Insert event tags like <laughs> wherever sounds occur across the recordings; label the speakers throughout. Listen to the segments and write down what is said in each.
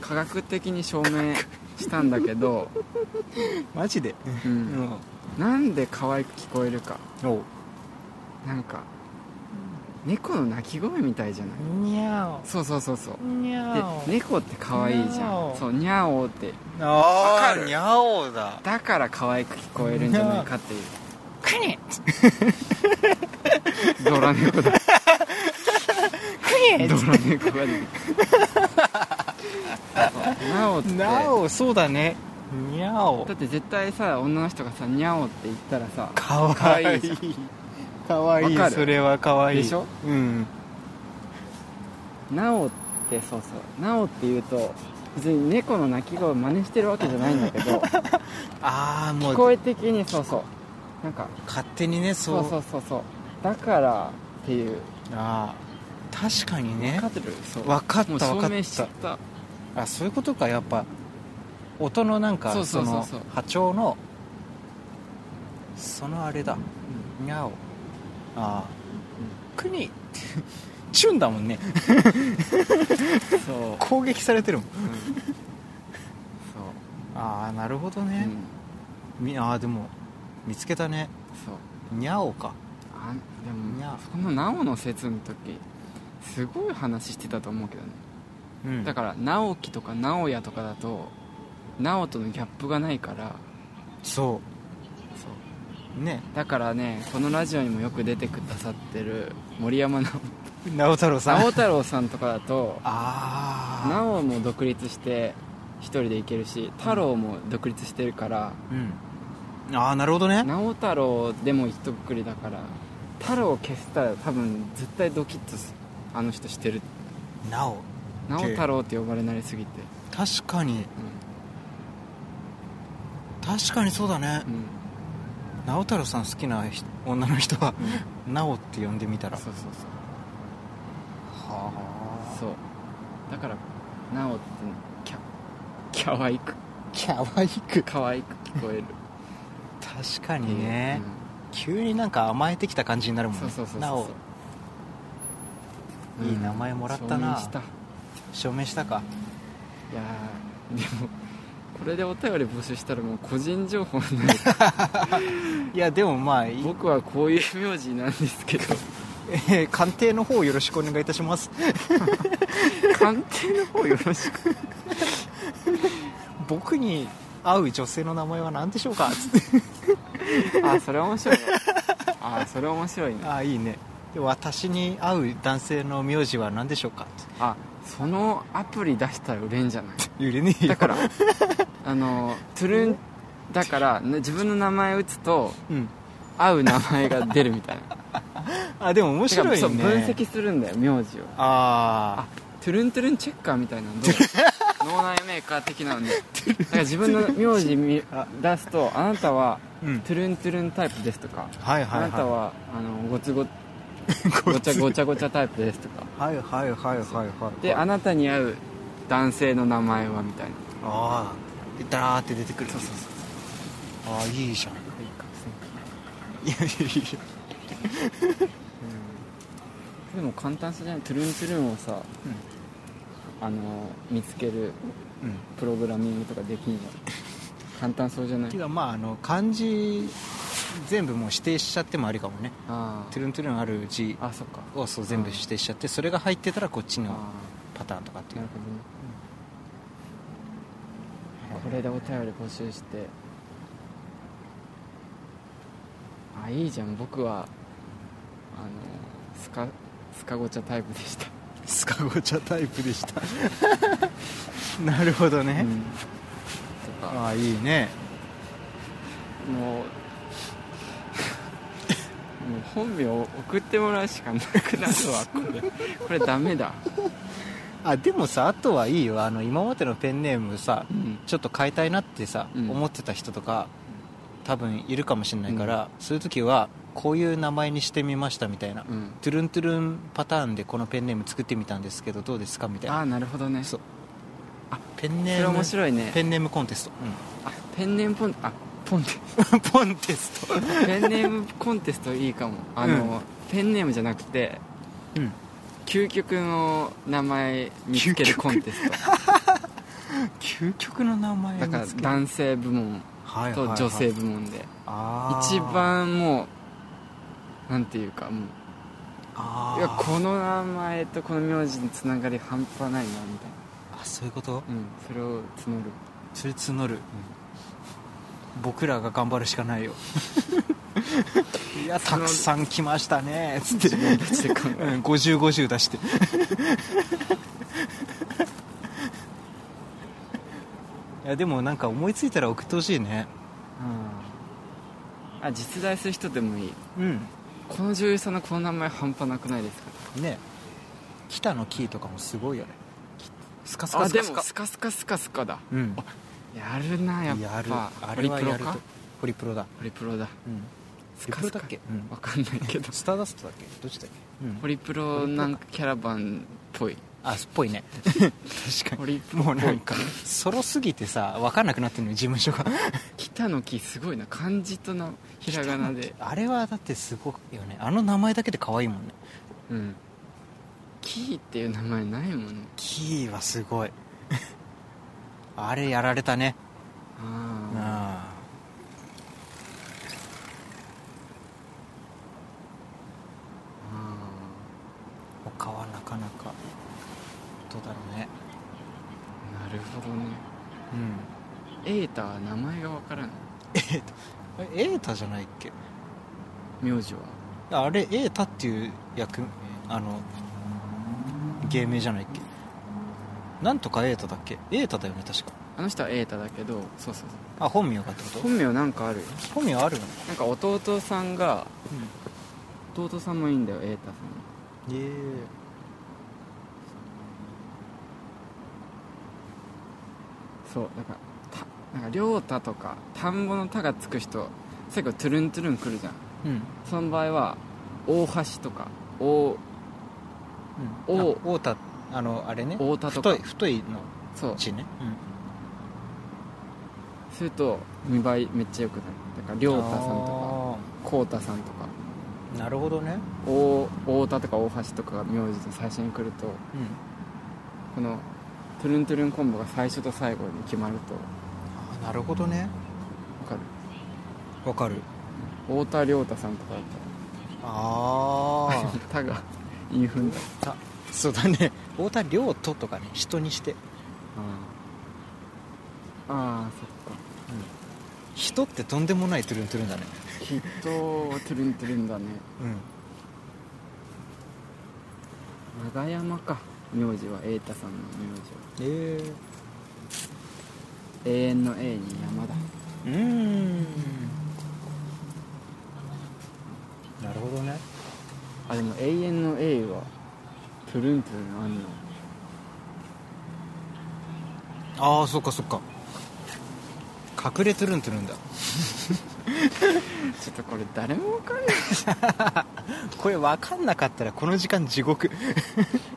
Speaker 1: 科学的に証明したんだけど、
Speaker 2: マジで
Speaker 1: う、
Speaker 2: うんん
Speaker 1: なんで可愛く聞こえるか
Speaker 2: おう
Speaker 1: なんか猫の鳴き声みたいじゃない
Speaker 2: にゃ
Speaker 1: そうそうそうそう
Speaker 2: おに
Speaker 1: で
Speaker 2: ゃお
Speaker 1: 猫って可愛いじ
Speaker 2: にゃ
Speaker 1: ゃ
Speaker 2: お
Speaker 1: んそうにゃおーってわ
Speaker 2: あ
Speaker 1: か
Speaker 2: あ
Speaker 1: る
Speaker 2: にゃおだ
Speaker 1: だから可愛く聞こえるんじゃないかっていう
Speaker 2: くね
Speaker 1: ドラ猫だ
Speaker 2: く
Speaker 1: ドラ猫が出てくるなおって
Speaker 2: なおそうだねにゃお
Speaker 1: だって絶対さ女の人がさ「にゃお」って言ったらさ
Speaker 2: かわ
Speaker 1: かわい
Speaker 2: い
Speaker 1: いじゃん
Speaker 2: いかわいい
Speaker 1: わかる
Speaker 2: それはかわいい
Speaker 1: でしょ
Speaker 2: うん
Speaker 1: 「なお」ってそうそう「なお」って言うと別に猫の鳴き声を真似してるわけじゃないんだ
Speaker 2: <laughs>
Speaker 1: けど
Speaker 2: ああも
Speaker 1: 聞
Speaker 2: う
Speaker 1: こえ的にそうそうなんか
Speaker 2: 勝手にねそ
Speaker 1: そううそうそうそうだからっていう
Speaker 2: ああ確かにね
Speaker 1: わかってるそう
Speaker 2: 分かった
Speaker 1: もう
Speaker 2: 分か
Speaker 1: 証
Speaker 2: っ
Speaker 1: 明しちゃったた
Speaker 2: あそういうことかやっぱ音のなんか
Speaker 1: そうそうそうそう
Speaker 2: の波長のそのあれだにゃおああ国チュンだもんね
Speaker 1: そう、
Speaker 2: 攻撃されてるもん
Speaker 1: うんそう
Speaker 2: ああなるほど
Speaker 1: う
Speaker 2: ね、
Speaker 1: ん
Speaker 2: みああでも見つけたね
Speaker 1: そう
Speaker 2: にゃおか
Speaker 1: あで
Speaker 2: にゃ
Speaker 1: もその「なお」の説の時すごい話してたと思うけどね
Speaker 2: うん
Speaker 1: だから直樹とか直哉とかだと直とのギャップがないから
Speaker 2: そ
Speaker 1: そう
Speaker 2: ね
Speaker 1: うだからねこのラジオにもよく出てくださってる森山直
Speaker 2: 直太郎さん
Speaker 1: 直太朗さんとかだと
Speaker 2: ああ
Speaker 1: 直も独立して一人で行けるし太郎も独立してるから
Speaker 2: うんああなるほどね
Speaker 1: 直太朗でも一くくりだから太郎を消したら多分絶対ドキッとするあの人してる
Speaker 2: なお
Speaker 1: 直太朗って呼ばれ慣れすぎて
Speaker 2: 確かに確かにそうだね
Speaker 1: うん、うん、
Speaker 2: 直太朗さん好きなひ女の人は「なお」って呼んでみたらは
Speaker 1: そうそうそう
Speaker 2: あ
Speaker 1: そうだからなおってキャキャワイく
Speaker 2: キャワイく
Speaker 1: 可愛く聞こえる
Speaker 2: 確かにね、急になんか甘えてきた感じになる
Speaker 1: う
Speaker 2: も
Speaker 1: ん
Speaker 2: んね
Speaker 1: そうそうそうそう
Speaker 2: なお
Speaker 1: うん
Speaker 2: いい名前もらったな
Speaker 1: 承認したい
Speaker 2: 証明したか
Speaker 1: やーでもこれでお便り募集したらもう個人情報になる
Speaker 2: いやでもまあい
Speaker 1: 僕はこういう名字なんです <laughs> けど
Speaker 2: えー <laughs> 鑑定の方よろしくお願いいたします
Speaker 1: 鑑定の方よろしく
Speaker 2: 僕に合う女性の名前は何でしょ
Speaker 1: <laughs>
Speaker 2: うかつって
Speaker 1: あそれ面白いねあそれ面白いね
Speaker 2: ああいいねで私に合う男性の名字は何でしょうか
Speaker 1: あそのアプリ出したら売れんじゃない
Speaker 2: 揺れねえよ
Speaker 1: だからあのトゥルンだからね自分の名前打つと
Speaker 2: <laughs> うん
Speaker 1: 合う名前が出るみたいな
Speaker 2: あでも面白いね
Speaker 1: てかそう分析するんだよ名字をあ
Speaker 2: あ
Speaker 1: トゥルントゥルンチェッカーみたいなのどう脳内メーカー的なのでだから自分の名字見出すとあなたは
Speaker 2: あうん
Speaker 1: トゥルントゥルンタイプですとか、
Speaker 2: はいはいは
Speaker 1: あ
Speaker 2: い
Speaker 1: なたはあのごつ
Speaker 2: <laughs>
Speaker 1: ごごちゃごちゃごちゃタイプですとか
Speaker 2: はいはいはいはいはい
Speaker 1: であ
Speaker 2: あ
Speaker 1: なたに合う男性の名前はみたいな
Speaker 2: あーダーって出てくるそうそうそうああい
Speaker 1: <laughs>
Speaker 2: いじゃんいやいやいや
Speaker 1: でも簡単そうじゃないトゥルントゥルンをさ、あの見つける
Speaker 2: うん
Speaker 1: プログラミングとかできんの簡単そうじ
Speaker 2: <laughs>
Speaker 1: ゃない
Speaker 2: ていうかまああの漢字全部もう指定しちゃってもありかもね
Speaker 1: あ
Speaker 2: トゥルントゥルンある字
Speaker 1: ああそっか
Speaker 2: をそう全部指定しちゃってそれが入ってたらこっち
Speaker 1: あ
Speaker 2: のパターンとかって
Speaker 1: ー
Speaker 2: い
Speaker 1: な
Speaker 2: う
Speaker 1: るほどね、これでお便り募集してあいいじゃん僕はあのスカスカゴチャタイプでした、
Speaker 2: スカゴチャタイプでした <laughs> なるほど
Speaker 1: う
Speaker 2: ね、
Speaker 1: んとか
Speaker 2: ああいいね
Speaker 1: もうもう本名を送ってもらうしかなくなるわこれこれダメだ
Speaker 2: あでもさあとはいいよあの今までのペンネームさ
Speaker 1: うん
Speaker 2: ちょっと変えたいなってさ、
Speaker 1: うん
Speaker 2: 思ってた人とか多分いるかもしれないから、そういう時はこういう名前にしてみましたみたいな、
Speaker 1: うん
Speaker 2: トゥルントゥルンパターンでこのペンネーム作ってみたんですけどどうですかみたい
Speaker 1: あ
Speaker 2: な
Speaker 1: あなるほどね
Speaker 2: そう
Speaker 1: あ
Speaker 2: ペン
Speaker 1: そ
Speaker 2: ネ
Speaker 1: れ
Speaker 2: ーム
Speaker 1: 面白いね
Speaker 2: ペンネームコンテスト、
Speaker 1: あペンネームポンあポンテ
Speaker 2: <laughs> うん、ポンテスト、
Speaker 1: ペンネームコンテストいいかもあの、ペンネームじゃなくて
Speaker 2: うん、
Speaker 1: 究極の名前見つけるコンテスト
Speaker 2: 究極の名前を
Speaker 1: だから
Speaker 2: つけ
Speaker 1: 男性部門
Speaker 2: はいはい
Speaker 1: と
Speaker 2: はい
Speaker 1: 女性部門で
Speaker 2: あー
Speaker 1: 一番もうなんていうかも
Speaker 2: あ
Speaker 1: う
Speaker 2: ー
Speaker 1: いやこの名前とこの名字のつながり半端ないなみたい
Speaker 2: あそういうこと
Speaker 1: な、うん、それを募る
Speaker 2: それ募る、僕らが頑張るしかな
Speaker 1: <laughs>
Speaker 2: いよいやたくさん来ましたねつって
Speaker 1: 自分たちで考える
Speaker 2: うん5050出していやでもなんか思いついたら送ってほしいね
Speaker 1: あ実在する人でもいい
Speaker 2: うん
Speaker 1: この女優さんのこの名前半端なくないですか
Speaker 2: ね北のキーとかもすごいよねスカス
Speaker 1: あ
Speaker 2: カス
Speaker 1: で
Speaker 2: カス
Speaker 1: も
Speaker 2: カ
Speaker 1: スカスカスカスカだ
Speaker 2: うん
Speaker 1: やるなやっ
Speaker 2: やる
Speaker 1: ぱ
Speaker 2: あ
Speaker 1: ホ
Speaker 2: れ
Speaker 1: リ
Speaker 2: は
Speaker 1: プ
Speaker 2: や
Speaker 1: ロ
Speaker 2: ると
Speaker 1: か
Speaker 2: ホリプロだ
Speaker 1: ホリプロだ
Speaker 2: うん
Speaker 1: ス
Speaker 2: ホリ
Speaker 1: カ
Speaker 2: プロ
Speaker 1: ス
Speaker 2: だ
Speaker 1: カ
Speaker 2: っけうん
Speaker 1: わかんないけど
Speaker 2: スターダストだっけどっちだっけうん
Speaker 1: ホリプロなんかキャラバンっぽい
Speaker 2: あっぽ
Speaker 1: <laughs>
Speaker 2: いね確
Speaker 1: ホ
Speaker 2: か
Speaker 1: リプロ
Speaker 2: にもう
Speaker 1: っぽ
Speaker 2: なん
Speaker 1: い
Speaker 2: かソロすぎてさ分かんなくなってるのよ事務所が
Speaker 1: 北の木すごいな漢字となひらがなで
Speaker 2: あれはだってすごいよねあの名前だけで可愛いもんね
Speaker 1: うん木っていう名前ないもんね
Speaker 2: キーはすごい <laughs> あれやられたね
Speaker 1: あ
Speaker 2: あ
Speaker 1: ーあ
Speaker 2: あ他はなかなかどうだろうね
Speaker 1: ーなるほどね
Speaker 2: うん
Speaker 1: エータは名前がわからん
Speaker 2: エータえエータじゃないっけ
Speaker 1: 名字は
Speaker 2: あれエータっていう役あの芸名じゃないっけなんとかエータだっけエータだよね確か
Speaker 1: あの人はエータだけどそうそう
Speaker 2: あ本名がって
Speaker 1: そう
Speaker 2: こ
Speaker 1: 本名なんかあるよ
Speaker 2: と本名あるの、
Speaker 1: なんか弟さんが弟さんもいいんだよ瑛太さん
Speaker 2: ええ
Speaker 1: そうだからたなんか亮太とか田んぼの「田」がつく人最後トゥルントゥルン来るじゃん
Speaker 2: うん、うん
Speaker 1: その場合は大橋とか大お
Speaker 2: あ太田あのあれね
Speaker 1: 太田とか
Speaker 2: 太い太いの
Speaker 1: そう
Speaker 2: 字ね、
Speaker 1: すると見栄えめっちゃ良くなるだから亮太さんと
Speaker 2: あ
Speaker 1: か浩太さんとか
Speaker 2: ーなるほどね
Speaker 1: 大太田とか大橋とかが名字で最初に来ると
Speaker 2: うん
Speaker 1: このトゥルントゥルンコンボが最初と最後に決まるとわ
Speaker 2: あーなるほどね
Speaker 1: かる
Speaker 2: わかる
Speaker 1: 太田亮太さんとかだっ
Speaker 2: ああ
Speaker 1: <laughs> たら「田」がインフンだ
Speaker 2: た <laughs> そうだね太田亮斗とかね人にして
Speaker 1: あーあーそっか
Speaker 2: 人ってとんでもないトゥルントゥルンだね
Speaker 1: きっとトゥルントゥルンだね
Speaker 2: うん
Speaker 1: 長山か名字は瑛太さんの名字は
Speaker 2: え
Speaker 1: 永遠の A に山だ
Speaker 2: えうんなるほどね
Speaker 1: あでも永遠の A はトゥルントゥルンあんの
Speaker 2: ああそっかそっか隠れトゥルントゥルンだ
Speaker 1: ちょっとこれ誰もわかんない
Speaker 2: これ分かんなかったらこの時間地獄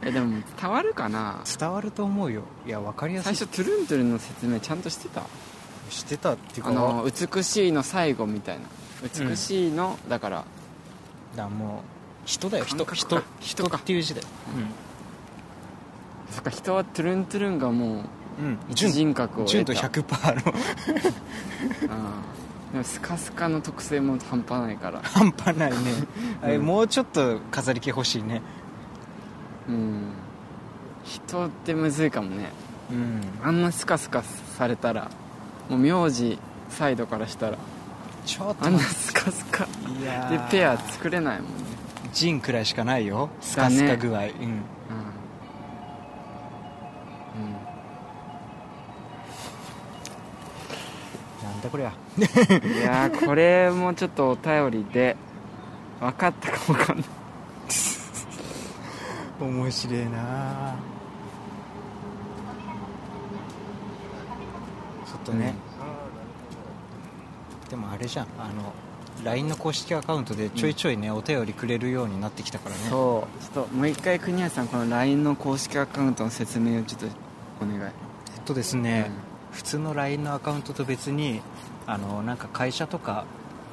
Speaker 1: えでも伝わるかな
Speaker 2: 伝わると思うよいや分かりやす
Speaker 1: 最
Speaker 2: い
Speaker 1: 初トゥルントゥルンの説明ちゃんとしてた
Speaker 2: してたっていうか
Speaker 1: あの美しいの最後みたいな美しいの、だから
Speaker 2: だもう人だよ人
Speaker 1: 感覚
Speaker 2: 人
Speaker 1: か
Speaker 2: 人っていう字だよ
Speaker 1: そっか人はトゥルントゥルンがもう
Speaker 2: うん、うん、
Speaker 1: 一人格を
Speaker 2: 純
Speaker 1: 得
Speaker 2: と
Speaker 1: た
Speaker 2: 100%の <laughs>
Speaker 1: あーでもスカスカの特性も半端ないから
Speaker 2: 半端ないね、あれ
Speaker 1: うん
Speaker 2: もうちょっと飾り気欲しいね
Speaker 1: うん人ってむずいかもね
Speaker 2: うん
Speaker 1: あんなスカスカされたらもう名字サイドからしたら
Speaker 2: ちょっと
Speaker 1: あんなスカスカ
Speaker 2: いや
Speaker 1: で
Speaker 2: ー
Speaker 1: ペア作れないもんね、
Speaker 2: ジンくらいしかないよスカスカ具合、う
Speaker 1: う
Speaker 2: ん
Speaker 1: んうん、
Speaker 2: なんだこりゃ <laughs>
Speaker 1: いやーこれもちょっとお便りで分かったかもわかんない
Speaker 2: 面白えなちょっとね、でもあれじゃんあの LINE の公式アカウントでちょいちょいね、お便りくれるようになってきたからね
Speaker 1: そうちょっともう一回国橋さんこの LINE の公式アカウントの説明をちょっとお願い
Speaker 2: えっとですね、普通の LINE のアカウントと別にあのなんか会社とか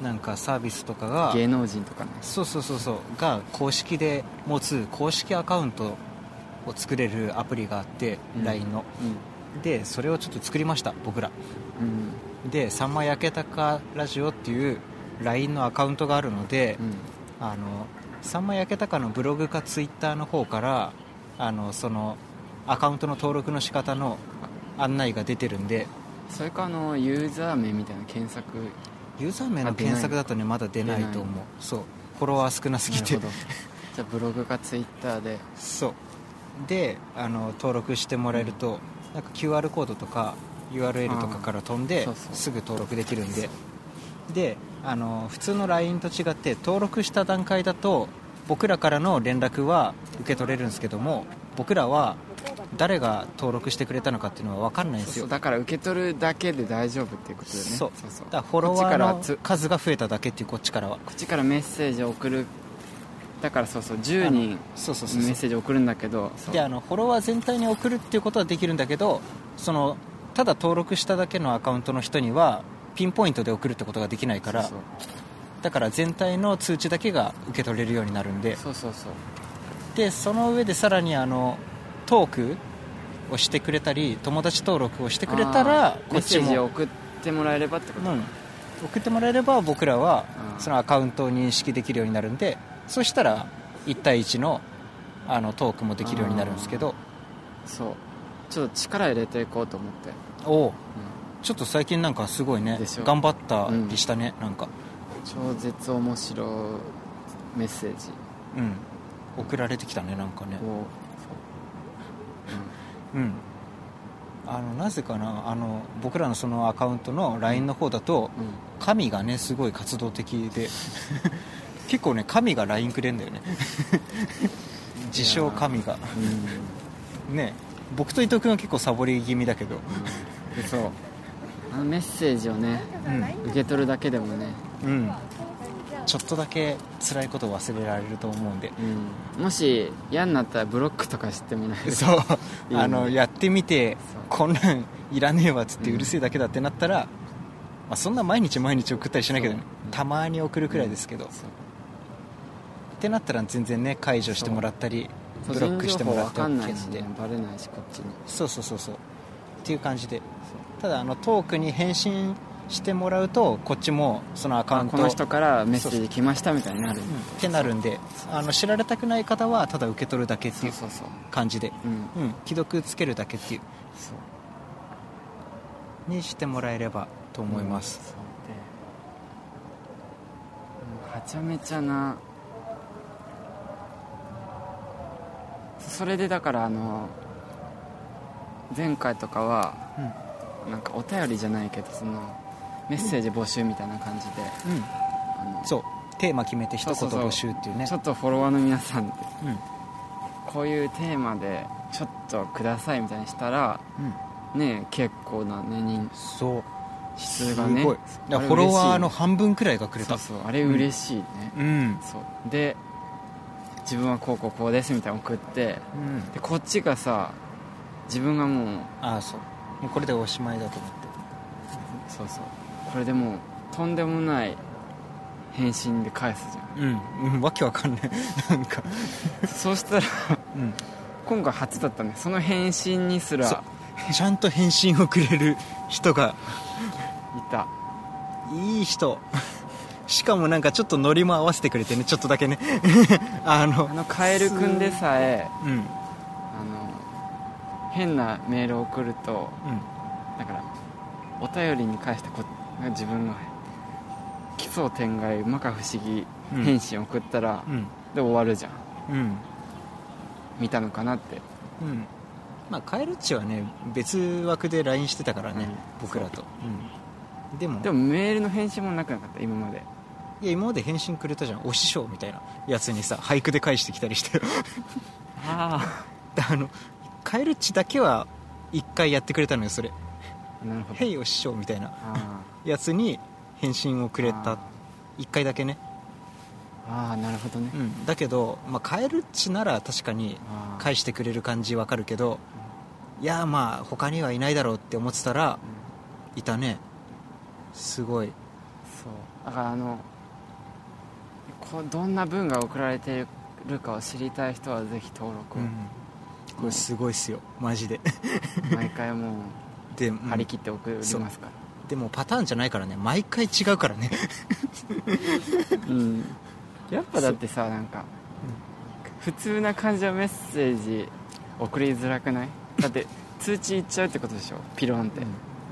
Speaker 2: なんかサービスとかが
Speaker 1: 芸能人とかね
Speaker 2: そうそうそうそうが公式で持つ公式アカウントを作れるアプリがあって、
Speaker 1: うん
Speaker 2: LINE の
Speaker 1: う
Speaker 2: でそれをちょっと作りました僕ら
Speaker 1: うん
Speaker 2: で「さんま焼けたかラジオ」っていう LINE のアカウントがあるので、
Speaker 1: うん
Speaker 2: あのさんま焼けたかのブログかツイッターの方からあのそのアカウントの登録の仕方の案内が出てるんで
Speaker 1: それかあのユーザー名みたいな検索
Speaker 2: ユーザー名の検索だとねまだ出ないと
Speaker 1: 出
Speaker 2: 思うそうフォロワー少なすぎて
Speaker 1: なるほどじゃあブログかツイッターで
Speaker 2: <laughs> そうであの登録してもらえると、なんか QR コードとか URL とかから飛んで
Speaker 1: そうそう
Speaker 2: すぐ登録できるんでであの普通の LINE と違って登録した段階だと僕らからの連絡は受け取れるんですけども僕らは誰が登録してくれたのかっていうのは分かんないん
Speaker 1: そう
Speaker 2: です
Speaker 1: そ
Speaker 2: よ
Speaker 1: うだから受け取るだけで大丈夫っていうことでね
Speaker 2: そう
Speaker 1: そうそう
Speaker 2: だからフォロワー
Speaker 1: こっ
Speaker 2: の
Speaker 1: ちからつ
Speaker 2: 数が増えただけっていうこっちからは
Speaker 1: こっちからメッセージを送るだからそうそう10人
Speaker 2: そうそうそう
Speaker 1: メ
Speaker 2: そ
Speaker 1: ッ
Speaker 2: う
Speaker 1: セージ送るんだけどそう
Speaker 2: であのフォロワー全体に送るっていうことはできるんだけどそのただ登録しただけのアカウントの人にはピンポイントで送るってことができないから
Speaker 1: そう
Speaker 2: だから全体の通知だけが受け取れるようになるんで
Speaker 1: そうそうそう
Speaker 2: でその上でさらにあのトークをしてくれたり友達登録をしてくれた
Speaker 1: あ
Speaker 2: ら
Speaker 1: ー
Speaker 2: こ
Speaker 1: メッ
Speaker 2: っち
Speaker 1: セージを
Speaker 2: も、
Speaker 1: 送ってもらえればってこと、
Speaker 2: うん送ってもらえれば僕らは
Speaker 1: うん
Speaker 2: そのアカウントを認識できるようになるんでそしたら1対1のあのトークもできるようになるんですけど
Speaker 1: そうちょっと力入れていこうと思って、
Speaker 2: おお
Speaker 1: う
Speaker 2: ちょっと最近なんかすごいね
Speaker 1: でしょ
Speaker 2: 頑張ったりしたね、なんか
Speaker 1: ん、超絶面白いメッセージ
Speaker 2: うん送られてきたねなんかね
Speaker 1: を、そう
Speaker 2: うんあのなぜかなあの僕らのそのアカウントの LINE の方だと
Speaker 1: うんうん
Speaker 2: 神がねすごい活動的
Speaker 1: <laughs>
Speaker 2: で結構ね神が LINE くれんだよね自称神が
Speaker 1: うん
Speaker 2: ね僕と伊藤君は結構サボり気味だけど
Speaker 1: でそうあのメッセージをね
Speaker 2: うん、
Speaker 1: 受け取るだけでもね、
Speaker 2: うん、ちょっとだけ辛いことを忘れられると思うんで
Speaker 1: うん、もし嫌になったらブロックとかしてもらえる
Speaker 2: <laughs> そう
Speaker 1: いいね
Speaker 2: あのやってみて
Speaker 1: そう
Speaker 2: こんなんいらねえわっつって
Speaker 1: うん
Speaker 2: うるせえだけだってなったら、まあ、そんな毎日毎日送ったりしないけどね
Speaker 1: そう
Speaker 2: たまに送るくらいですけど、っ
Speaker 1: そう
Speaker 2: てなったら全然ね解除してもらったり
Speaker 1: 個
Speaker 2: ブロッ
Speaker 1: 人
Speaker 2: クして
Speaker 1: 情
Speaker 2: も
Speaker 1: 報
Speaker 2: ら
Speaker 1: わ
Speaker 2: って
Speaker 1: かん
Speaker 2: OK
Speaker 1: な
Speaker 2: ない
Speaker 1: し
Speaker 2: んで
Speaker 1: ねバレないしこっちに
Speaker 2: そうそうそうそうっていう感じでただあのトークに返信してもらうとこっちもそのアカウ
Speaker 1: あ
Speaker 2: ント
Speaker 1: この人からメッセージ来ましたみたいになる
Speaker 2: うんってなるんであの知られたくない方はただ受け取るだけって
Speaker 1: そ
Speaker 2: いう
Speaker 1: うそうそう
Speaker 2: 感じで
Speaker 1: うん
Speaker 2: うん既読つけるだけっていう
Speaker 1: そう
Speaker 2: にしてもらえればと思います、
Speaker 1: そうでもうはちゃめちゃなそれでだからあの前回とかは
Speaker 2: うん
Speaker 1: なんかお便りじゃないけどそのメッセージ募集みたいな感じで、
Speaker 2: うん、
Speaker 1: あの
Speaker 2: そうテーマ決めて一言
Speaker 1: そうそうそう
Speaker 2: 募集っていうね
Speaker 1: ちょっとフォロワーの皆さんって
Speaker 2: うん
Speaker 1: こういうテーマでちょっとくださいみたいにしたら
Speaker 2: うん
Speaker 1: ね結構なね人
Speaker 2: そう
Speaker 1: 質がね
Speaker 2: すごいだからフォロワーの半分くらいがくれ
Speaker 1: そ
Speaker 2: た
Speaker 1: うそうあれ嬉しいね、
Speaker 2: うん
Speaker 1: そうで自分はこうこうこうですみたいなの送って
Speaker 2: うん
Speaker 1: でこっちがさ自分がもう
Speaker 2: ああそうもうこれでおしまいだと思って
Speaker 1: そうそうこれでもうとんでもない返信で返すじゃん
Speaker 2: うん、うん、わけわかんないなんか
Speaker 1: そうしたら <laughs>
Speaker 2: うん
Speaker 1: 今回初だったねその返信にすら
Speaker 2: そうちゃんと返信をくれる人が
Speaker 1: いた
Speaker 2: いい人しかもなんかちょっとノリも合わせてくれてねちょっとだけね <laughs> あの
Speaker 1: あのカエルくんでさえ
Speaker 2: うんうん
Speaker 1: あの変なメールを送るとだからお便りに返してこ自分が奇想天外摩訶不思議
Speaker 2: うん
Speaker 1: 返信を送ったら、
Speaker 2: うん
Speaker 1: で終わるじゃん
Speaker 2: うん
Speaker 1: 見たのかなって
Speaker 2: うんまあカエルっちはね別枠で LINE してたからね、
Speaker 1: うん
Speaker 2: 僕らと、うんでも
Speaker 1: でもメールの返信もなくなかった今まで
Speaker 2: いや今まで返信くれたじゃんお師匠みたいなやつにさ俳句で返してきたりして <laughs>
Speaker 1: あ
Speaker 2: あのカエルっちだけは一回やってくれたのよそれ
Speaker 1: あなる
Speaker 2: 「
Speaker 1: ほど
Speaker 2: へいお師匠」みたいな
Speaker 1: あ
Speaker 2: やつに返信をく
Speaker 1: く
Speaker 2: れた一回だけね、
Speaker 1: ああなるほどね
Speaker 2: うん、だけど、まあ、カエルっちなら確かに
Speaker 1: あー
Speaker 2: 返してくれる感じわかるけどいやまあ他にはいないだろうって思ってたら
Speaker 1: うん
Speaker 2: いたねすごい
Speaker 1: そうだからあのこうどんな文が送られてるかを知りたい人はぜひ登録を、
Speaker 2: うんこれすごいっすよマジで
Speaker 1: 毎回も
Speaker 2: で、う
Speaker 1: うん張り切って送りますか
Speaker 2: でもパターンじゃないからね毎回違うから <laughs> ね
Speaker 1: ら、うん、やっぱだってさなんか普通な感じのメッセージ送りづらくないだって通知いっちゃうってことでしょピロンって、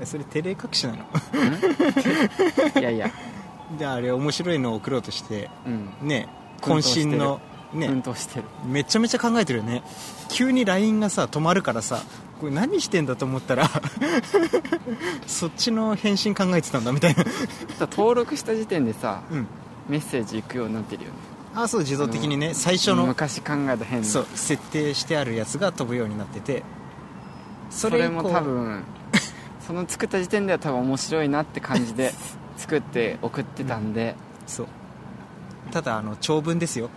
Speaker 2: えそれ照れ隠しなの
Speaker 1: いやいや
Speaker 2: であれ面白いのを送ろうとして
Speaker 1: うん
Speaker 2: ね
Speaker 1: 奮闘して
Speaker 2: 渾
Speaker 1: る
Speaker 2: 身のね、
Speaker 1: 奮闘してる
Speaker 2: めちゃめちゃ考えてるよね急に LINE がさ止まるからさこれ何してんだと思ったら <laughs> そっちの返信考えてたんだみたいな
Speaker 1: ただ登録した時点でさ
Speaker 2: うん
Speaker 1: メッセージ行くようになってるよね
Speaker 2: あそう自動的にね最初の
Speaker 1: 昔考えた変な
Speaker 2: そう設定してあるやつが飛ぶようになってて
Speaker 1: そ
Speaker 2: そ
Speaker 1: れ
Speaker 2: れ以降
Speaker 1: も多分その作った時点では多分面白いなって感じ
Speaker 2: <laughs>
Speaker 1: で作って送ってたんで、
Speaker 2: そうただあの長文ですよ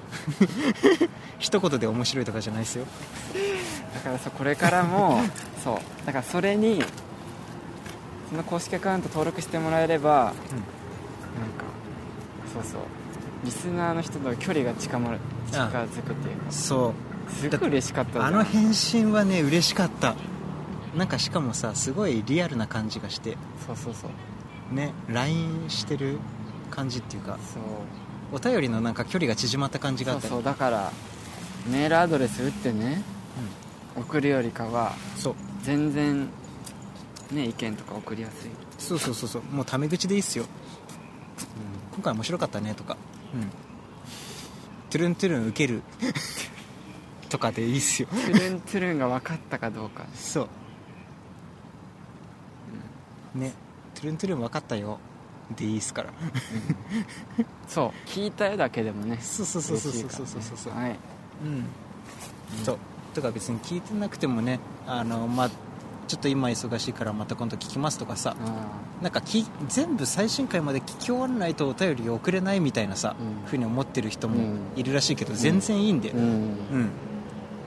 Speaker 2: <laughs> 一言で面白いとかじゃないですよ
Speaker 1: だからさこれからも <laughs> そうだからそれにその公式アカウント登録してもらえれば、
Speaker 2: うん
Speaker 1: なんかそうそうリスナーの人との距離が近まる近
Speaker 2: あ
Speaker 1: づくっていうか
Speaker 2: そ
Speaker 1: すごい嬉しかった
Speaker 2: う
Speaker 1: じゃん
Speaker 2: あの返信はね嬉しかったなんかしかもさすごいリアルな感じがして
Speaker 1: そうそうそう
Speaker 2: ね LINE してる感じっていうか
Speaker 1: そう
Speaker 2: お便りのなんか距離が縮まった感じが
Speaker 1: そ
Speaker 2: あっ
Speaker 1: う
Speaker 2: たり
Speaker 1: そうだからメールアドレス打ってね送るよりかは
Speaker 2: そう
Speaker 1: 全然ね意見とか送りやすい、
Speaker 2: そうそうそうそうもうタメ口でいいっすよ今回面白かったねとかうんトゥルントゥルン受ける <laughs> とかでいいっすよ
Speaker 1: トゥルントゥルンが分かったかどう
Speaker 2: <laughs>
Speaker 1: か
Speaker 2: そうねトゥルントゥルン分かったよでいいっすから
Speaker 1: そう聞いたよだけでもね
Speaker 2: そうそうそうそうそうそうそ
Speaker 1: 嬉
Speaker 2: う
Speaker 1: しい
Speaker 2: そ
Speaker 1: か
Speaker 2: う
Speaker 1: らねはい
Speaker 2: うんそうとか別に聞いてなくてもねあのまあちょっと今忙しいからまた今度聞きますとかさ
Speaker 1: あ
Speaker 2: なんかき全部最新回まで聞き終わらないとお便り送れないみたいなさ、
Speaker 1: うん
Speaker 2: ふうに思ってる人
Speaker 1: う
Speaker 2: も
Speaker 1: ん
Speaker 2: いるらしいけど、全然いいんで
Speaker 1: ーう、ん
Speaker 2: うん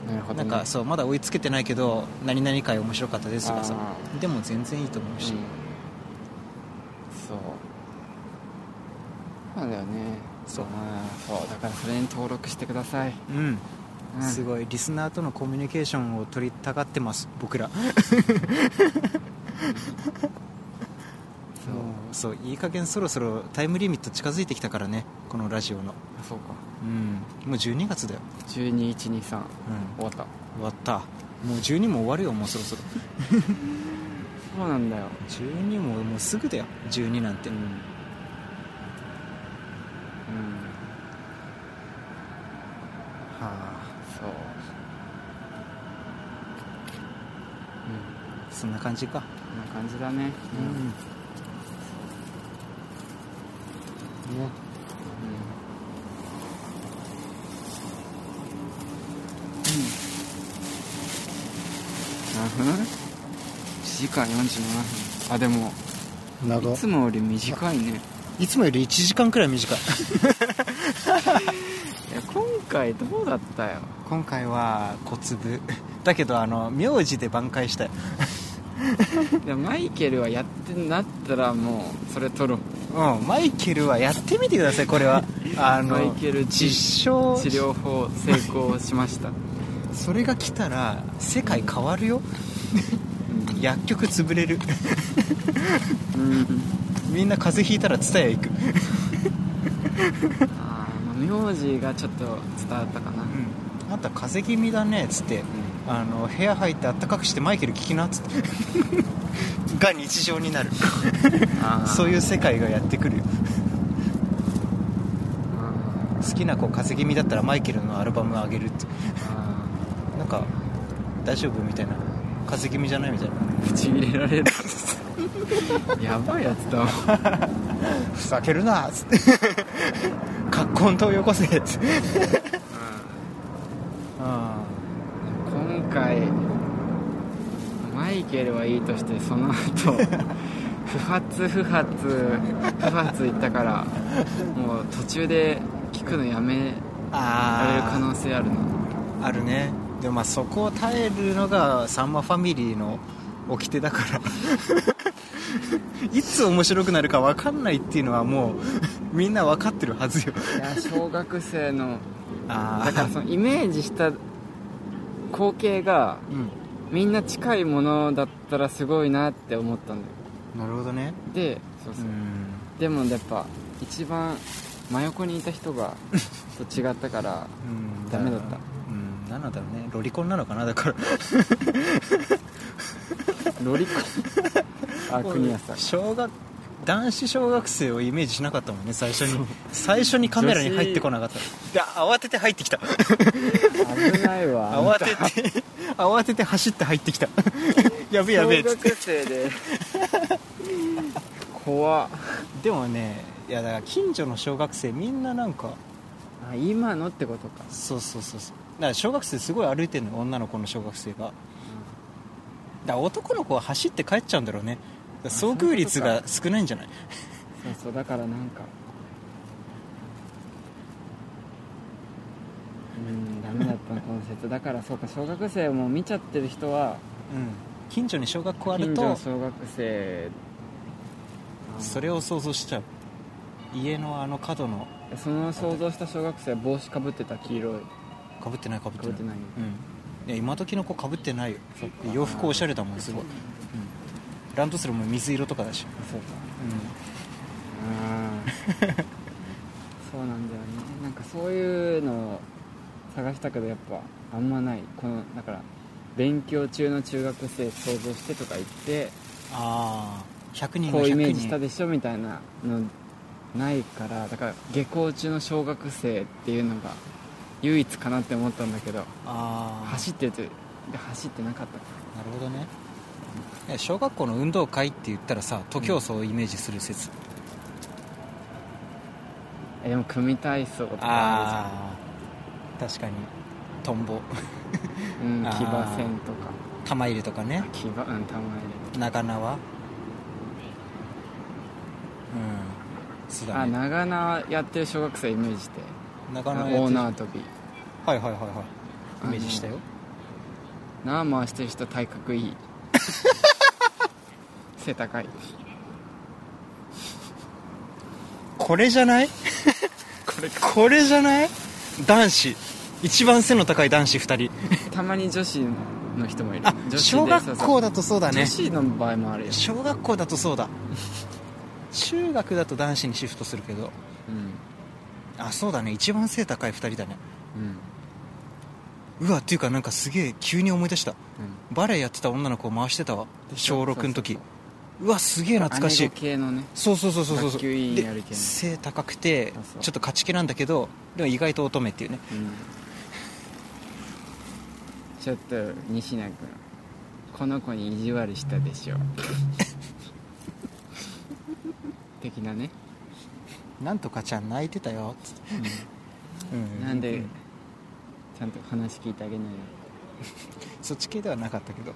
Speaker 1: なるほど、
Speaker 2: な
Speaker 1: ね、
Speaker 2: んかそうまだ追いつけてないけど何々回面白かったですとかさ
Speaker 1: あ
Speaker 2: でも全然いいと思う
Speaker 1: うん
Speaker 2: し、
Speaker 1: そうそうなんだよね
Speaker 2: そう
Speaker 1: あーそうだからそれに登録してください、
Speaker 2: うん
Speaker 1: うん
Speaker 2: すごいリスナーとのコミュニケーションを取りたがってます僕らも
Speaker 1: そう
Speaker 2: うそういい加減そろそろタイムリミット近づいてきたからねこのラジオの
Speaker 1: あそうか
Speaker 2: うんもう12月だよ、
Speaker 1: 12123終わ
Speaker 2: うん、
Speaker 1: った
Speaker 2: 終わったもう12も終わるよもうそろそろ
Speaker 1: そうなんだよ
Speaker 2: 12ももうすぐだよ12なんて、
Speaker 1: うん、うん、
Speaker 2: はあ
Speaker 1: そう、
Speaker 2: そんな感じか
Speaker 1: うん、こんな感じだね
Speaker 2: う
Speaker 1: うん、うん
Speaker 2: ん、ね
Speaker 1: 何分 ?1 時間47分あでもい
Speaker 2: 長
Speaker 1: つもより短いね
Speaker 2: いつもより1時間くらい短い
Speaker 1: いや今回どうだったよ
Speaker 2: 今回は小粒 <laughs> だけどあの名字で挽回したよ
Speaker 1: いやマイケルはやってなったらもうそれ撮ろう
Speaker 2: うんマイケルはやってみてくださいこれはあの
Speaker 1: マイケル治
Speaker 2: 実証
Speaker 1: 治療法成功しました、
Speaker 2: それが来たら世界変わるよ
Speaker 1: うん
Speaker 2: 薬局潰れる
Speaker 1: うん
Speaker 2: みんな風邪ひいたら蔦屋行く
Speaker 1: あーまあ名字がちょっと伝わったかな、
Speaker 2: うんあんた風邪気味だねっつってあの部屋入ってあったかくしてマイケル聞きなっ <laughs> つってが日常になる
Speaker 1: あー
Speaker 2: そういう世界がやってくるよ
Speaker 1: あ
Speaker 2: 好きな子風邪気味だったらマイケルのアルバムあげるって
Speaker 1: ーあ
Speaker 2: なんか大丈夫みたいな風邪気味じゃないみたいな
Speaker 1: ー口入れられるやばいやつだわ
Speaker 2: ふざけるなっつって <laughs> 格好んとよこせっつってあ
Speaker 1: 今回マイケルはいいとしてその後不発不発不発いったからもう途中で聞くのやめられる可
Speaker 2: あ
Speaker 1: 能性あるな
Speaker 2: あるねでもまあそこを耐えるのがさんまファミリーの掟だから <laughs> いつ面白くなるか分かんないっていうのはもうみんな分かってるは <laughs> ずよ
Speaker 1: いや小学生の
Speaker 2: あ
Speaker 1: だからそのイメージした光景が
Speaker 2: うん
Speaker 1: みんな近いものだったらすごいなって思ったんだよ
Speaker 2: なるほどね
Speaker 1: でそう
Speaker 2: う
Speaker 1: そう、
Speaker 2: ん
Speaker 1: でもやっぱ一番真横にいた人
Speaker 2: <laughs>
Speaker 1: がと違ったから
Speaker 2: うん
Speaker 1: ダメだった
Speaker 2: うんなんなんだろうねロリコンなのかなだから
Speaker 1: ロリコンあ国安さん
Speaker 2: 小学男子小学生をイメージしなかったもんね最初に最初にカメラに入ってこなかったいや慌てて入ってきた
Speaker 1: 危ないわ
Speaker 2: 慌てて <laughs> 慌てて走って入ってきた <laughs> やべえやべえ
Speaker 1: 小学生で怖っ
Speaker 2: でもねいやだから近所の小学生みんななんか
Speaker 1: あ今のってことか、
Speaker 2: そうそうそうそうだから小学生すごい歩いてるのよ女の子の小学生がだから男の子は走って帰っちゃうんだろうねだから遭遇率が少ないんじゃない
Speaker 1: そうそうだからなんかうんダメだったなこの説だからそうか小学生も見ちゃってる人は
Speaker 2: うん近所に小学校ある
Speaker 1: 近所の
Speaker 2: と
Speaker 1: 小学生
Speaker 2: それを想像しちゃう家のあの角の
Speaker 1: その想像した小学生は帽子かぶってた黄色い
Speaker 2: かぶってないかぶっ
Speaker 1: か
Speaker 2: て
Speaker 1: ぶ
Speaker 2: な
Speaker 1: ってな
Speaker 2: い
Speaker 1: い
Speaker 2: うんいや今時の子かぶってないよ
Speaker 1: そっか
Speaker 2: 洋服おしゃれだもんすごい、うんランドセルも水色とかだし、
Speaker 1: そうかうんそうなんだよねなんかそういうのを探したけどやっぱあんまないこのだから勉強中の中学生想像してとか言って
Speaker 2: ああ100人
Speaker 1: こ
Speaker 2: が
Speaker 1: うイメ
Speaker 2: 100
Speaker 1: ージした
Speaker 2: 人
Speaker 1: でしょみたいなのないからだから下校中の小学生っていうのが唯一かなって思ったんだけど
Speaker 2: ああ
Speaker 1: 走ってるとで走ってなかった
Speaker 2: なるほどねいや小学校の運動会って言ったらさ徒競走をイメージする説、
Speaker 1: えでも組体操とかあ
Speaker 2: ああ確かにトンボ
Speaker 1: るじゃんうん
Speaker 2: あー
Speaker 1: 騎馬戦とか
Speaker 2: 玉入れとかね
Speaker 1: 騎馬うんたま
Speaker 2: 長縄うんそうだ
Speaker 1: にあ
Speaker 2: ね
Speaker 1: 長縄やってる小学生イメージして
Speaker 2: 長縄やってる
Speaker 1: 大縄跳び
Speaker 2: はいはいはいはいイメージしたよ
Speaker 1: 縄回してる人体格いい <laughs> 背高い
Speaker 2: これじゃない
Speaker 1: <laughs>
Speaker 2: これこれじゃない男子一番背の高い男子2人
Speaker 1: たまに女子の人もいる
Speaker 2: あ
Speaker 1: 女子で
Speaker 2: 小
Speaker 1: そう
Speaker 2: 学
Speaker 1: そう
Speaker 2: 校だとそうだね
Speaker 1: 女子の場合もあるよ、
Speaker 2: 小学校だとそうだ中学だと男子にシフトするけど
Speaker 1: うん
Speaker 2: あそうだね一番背高い2人だね
Speaker 1: うん
Speaker 2: うわっていうかなんかすげえ急に思い出したバレエやってた女の子を回してたわ小6の時
Speaker 1: そうう
Speaker 2: わすげえ懐かし
Speaker 1: 姉
Speaker 2: い
Speaker 1: 御系のね
Speaker 2: そうそうそうそうそう
Speaker 1: 学級委員やる系
Speaker 2: で
Speaker 1: の
Speaker 2: 背高くて
Speaker 1: そうそう
Speaker 2: ちょっと勝ち気なんだけどでも意外と乙女っていうね
Speaker 1: うんちょっと西野君この子に意地悪したで
Speaker 2: <laughs>
Speaker 1: しょ的なね、
Speaker 2: なんとかちゃん泣いてたよつってうん
Speaker 1: なんでちゃんと話聞いてあげないよ、
Speaker 2: そっち系ではなかったけど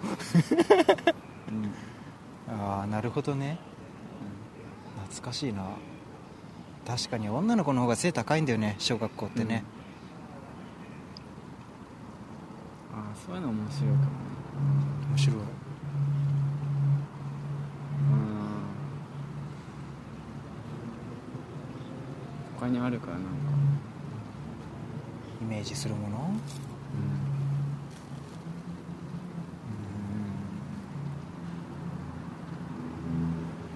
Speaker 1: うんうん
Speaker 2: ああなるほどね懐かしいな確かに女の子の方が背高いんだよね小学校ってね、
Speaker 1: ああそういうの面白いかもね
Speaker 2: 面白い
Speaker 1: うん他にあるからなんか、
Speaker 2: イメージするもの
Speaker 1: うん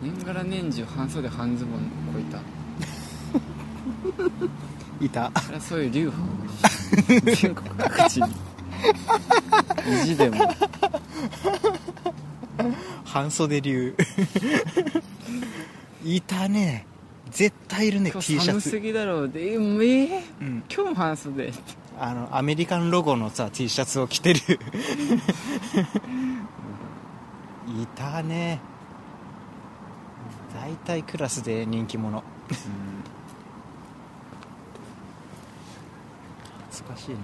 Speaker 1: 年がら年中半袖半ズボンこいた
Speaker 2: うんいた
Speaker 1: それはそういう流
Speaker 2: <laughs>
Speaker 1: 派全国各地に意地でも
Speaker 2: 半袖 <laughs> 流いたね絶対いるね
Speaker 1: 今
Speaker 2: <laughs> T
Speaker 1: 日
Speaker 2: シャ
Speaker 1: 寒
Speaker 2: ツ
Speaker 1: す、ぎだろうでえーえー
Speaker 2: うん、
Speaker 1: 今日も半袖って
Speaker 2: あのアメリカンロゴのさ T シャツを着てる <laughs> いたね大体クラスで人気者懐かしいな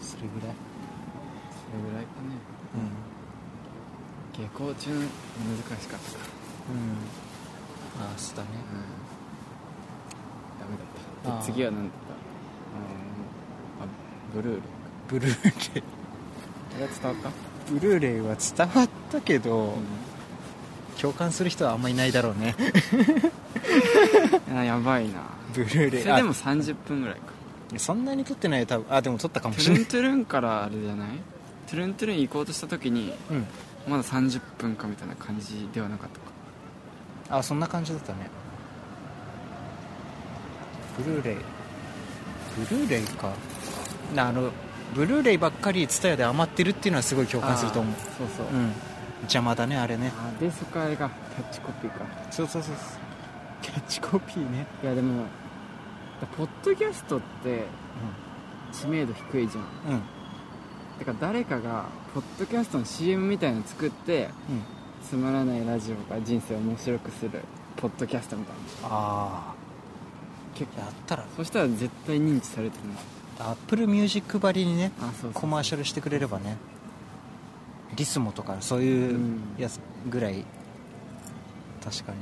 Speaker 2: それぐらい、
Speaker 1: それぐらいかね下校中の難しかったか
Speaker 2: うんうん、ああそうだね
Speaker 1: ダメだ
Speaker 2: だ
Speaker 1: っ
Speaker 2: ったた
Speaker 1: で次
Speaker 2: で次
Speaker 1: は何だったあブルーレイ
Speaker 2: ブルーレイ
Speaker 1: あれは伝わった
Speaker 2: ブルーレイは伝わったけど、共感する人はあんまいないだろうね
Speaker 1: あやばいな
Speaker 2: <laughs> ブルー
Speaker 1: そ
Speaker 2: レイ
Speaker 1: れでも30分ぐらいか
Speaker 2: あそんなに撮ってないよ多分あでも撮ったかも
Speaker 1: ト
Speaker 2: し
Speaker 1: ゥ
Speaker 2: れ
Speaker 1: ル
Speaker 2: な
Speaker 1: ントゥルン
Speaker 2: い
Speaker 1: からあれじゃないトゥルントゥルン行こうとした時に
Speaker 2: うん
Speaker 1: まだ30分かみたいな感じではなかったか
Speaker 2: あそんな感じだったねブルーレイブルーレイかなあのブルーレイばっかり TSUTAYA で余ってるっていうのはすごい共感すると思う
Speaker 1: あーそうそう、
Speaker 2: うん邪魔だねあれね
Speaker 1: あで世界がキャッチコピーか
Speaker 2: そうそうそうキャッチコピーね、
Speaker 1: いやでもポッドキャストって知名度低いじゃん
Speaker 2: うん、うん
Speaker 1: だから誰かがポッドキャストの CM みたいの作って
Speaker 2: うん
Speaker 1: つまらないラジオが人生を面白くするポッドキャストみたいな
Speaker 2: あ
Speaker 1: 結
Speaker 2: あ
Speaker 1: 構
Speaker 2: やったら
Speaker 1: そしたら絶対認知されてない
Speaker 2: アップルミュージックばりにね
Speaker 1: あそうそう
Speaker 2: コマーシャルしてくれればねリスモとかそういう
Speaker 1: うん
Speaker 2: やつぐらい、確か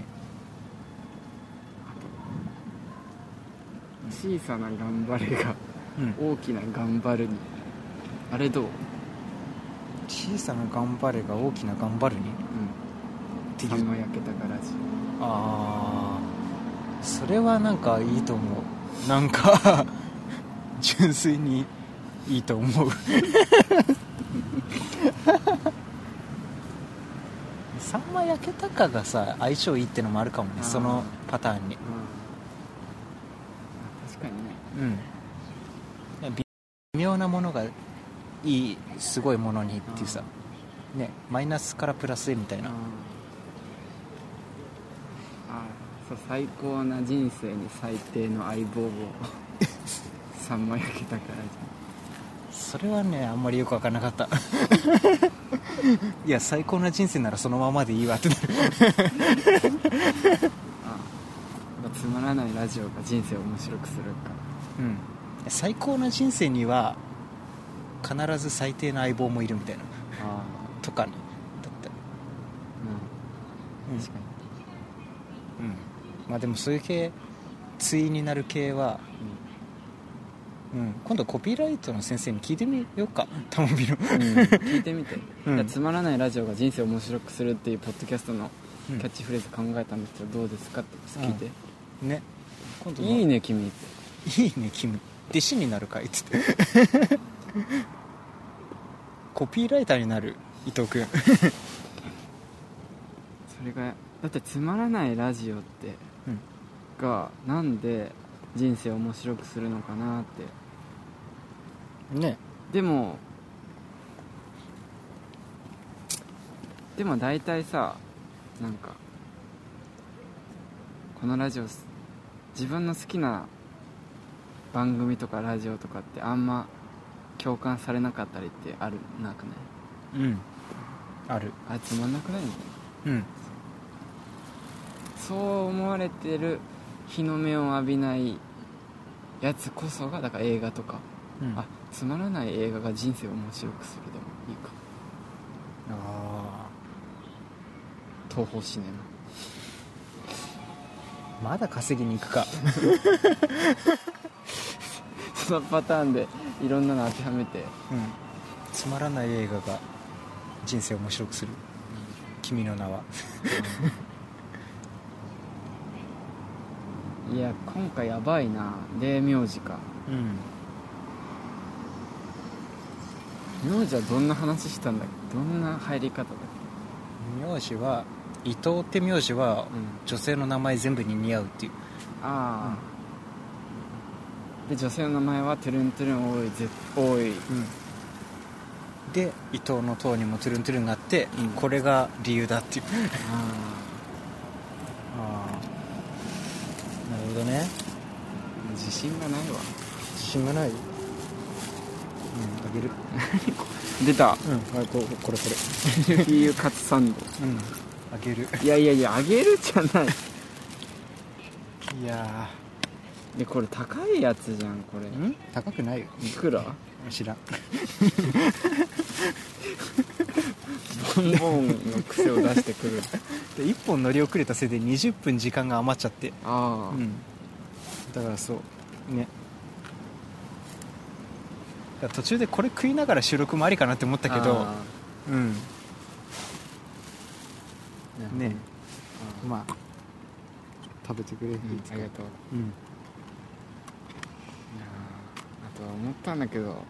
Speaker 1: 小
Speaker 2: に
Speaker 1: さな頑張れが
Speaker 2: うん
Speaker 1: 大きな頑張るにあれどう、
Speaker 2: 小さな頑張れが大きな頑張るに
Speaker 1: うん、
Speaker 2: ていう
Speaker 1: 玉焼けたからし
Speaker 2: ああそれはなんかいいと思うなんか <laughs> 純粋にいいと思 <laughs> うサンマ焼けたかがさ相性いいってのもあるかもね
Speaker 1: あー
Speaker 2: そのパターンに
Speaker 1: うん確かにね
Speaker 2: うん微微妙なものがいいすごいものにっていうさねマイナスからプラスへみたいな
Speaker 1: あーそう最高な人生に最低の相棒をさんま焼けたから
Speaker 2: それはねあんまりよく分からなかった <laughs> いや最高な人生ならそのままでいいわってなる
Speaker 1: じゃんつまらないラジオが人生を面白くするか
Speaker 2: うん最高な人生には必ず最低な相棒もいるみたいな
Speaker 1: あ
Speaker 2: とかねだった
Speaker 1: あう
Speaker 2: うん
Speaker 1: ん確かに
Speaker 2: うんまあでもそういう系対になる系は、うん、今度コピーライトの先生に聞いてみようかタモビの、
Speaker 1: うん、聞いてみて、
Speaker 2: うん
Speaker 1: いやつまらないラジオが人生を面白くするっていうポッドキャストのキ
Speaker 2: うん
Speaker 1: ャッチフレーズ考えたんですけどどうですかって聞いて、
Speaker 2: ね今度の
Speaker 1: いいね君って
Speaker 2: いいね君弟子になるかいっつって <laughs> コピーライターになる伊藤君
Speaker 1: それがだってつまらないラジオって
Speaker 2: うん
Speaker 1: がなんで人生を面白くするのかなって
Speaker 2: ね
Speaker 1: でもでも大体さなんかこのラジオす自分の好きな番組とかラジオとかってあんま共感されなかったりってあるなくない
Speaker 2: うんある
Speaker 1: あれつまんなくないみたい
Speaker 2: うん
Speaker 1: なそう思われてる日の目を浴びないやつこそがだから映画とか、
Speaker 2: うん
Speaker 1: あつまらない映画が人生を面白くするでもいいか
Speaker 2: あ
Speaker 1: 東宝シネマ
Speaker 2: ーまだ稼ぎに行くか
Speaker 1: そのパターンでいろんなの当てはめて
Speaker 2: うんつまらない映画が人生を面白くする君の名は
Speaker 1: いや今回やばいなで名字か
Speaker 2: うん
Speaker 1: 名字はどんな話したんだっけどんな入り方だっ
Speaker 2: 名字は伊藤って名字は
Speaker 1: け、うん、
Speaker 2: 女性の名前全部に似合うっていう
Speaker 1: ああ、で女性の名前はトゥルントゥルン多いぜ多い
Speaker 2: うん、で伊藤の塔にもトゥルントゥルンがあって、
Speaker 1: うん
Speaker 2: これが理由だっていう
Speaker 1: あ
Speaker 2: ああなるほどね
Speaker 1: あ自信がないわ
Speaker 2: 自信がないうんあげる
Speaker 1: 出た
Speaker 2: うんあここれこ
Speaker 1: FPU カツサンド
Speaker 2: れうんあげる
Speaker 1: いやいやいやあげるじゃない
Speaker 2: いや
Speaker 1: でこれ高いやつじゃんこれ
Speaker 2: うん高くないよ
Speaker 1: いくら
Speaker 2: 知らん
Speaker 1: ボンボンの癖を出してくる
Speaker 2: で1本乗り遅れたせいで20分時間が余っちゃって
Speaker 1: <laughs> ああ、
Speaker 2: うんだからそうねだから途中でこれ食いながら収録もありかなって思ったけど
Speaker 1: あ
Speaker 2: うんね
Speaker 1: うん
Speaker 2: まあ、
Speaker 3: 食べてくれ、
Speaker 1: うんありがとう
Speaker 2: うん、
Speaker 1: いやーあと思ったんだけど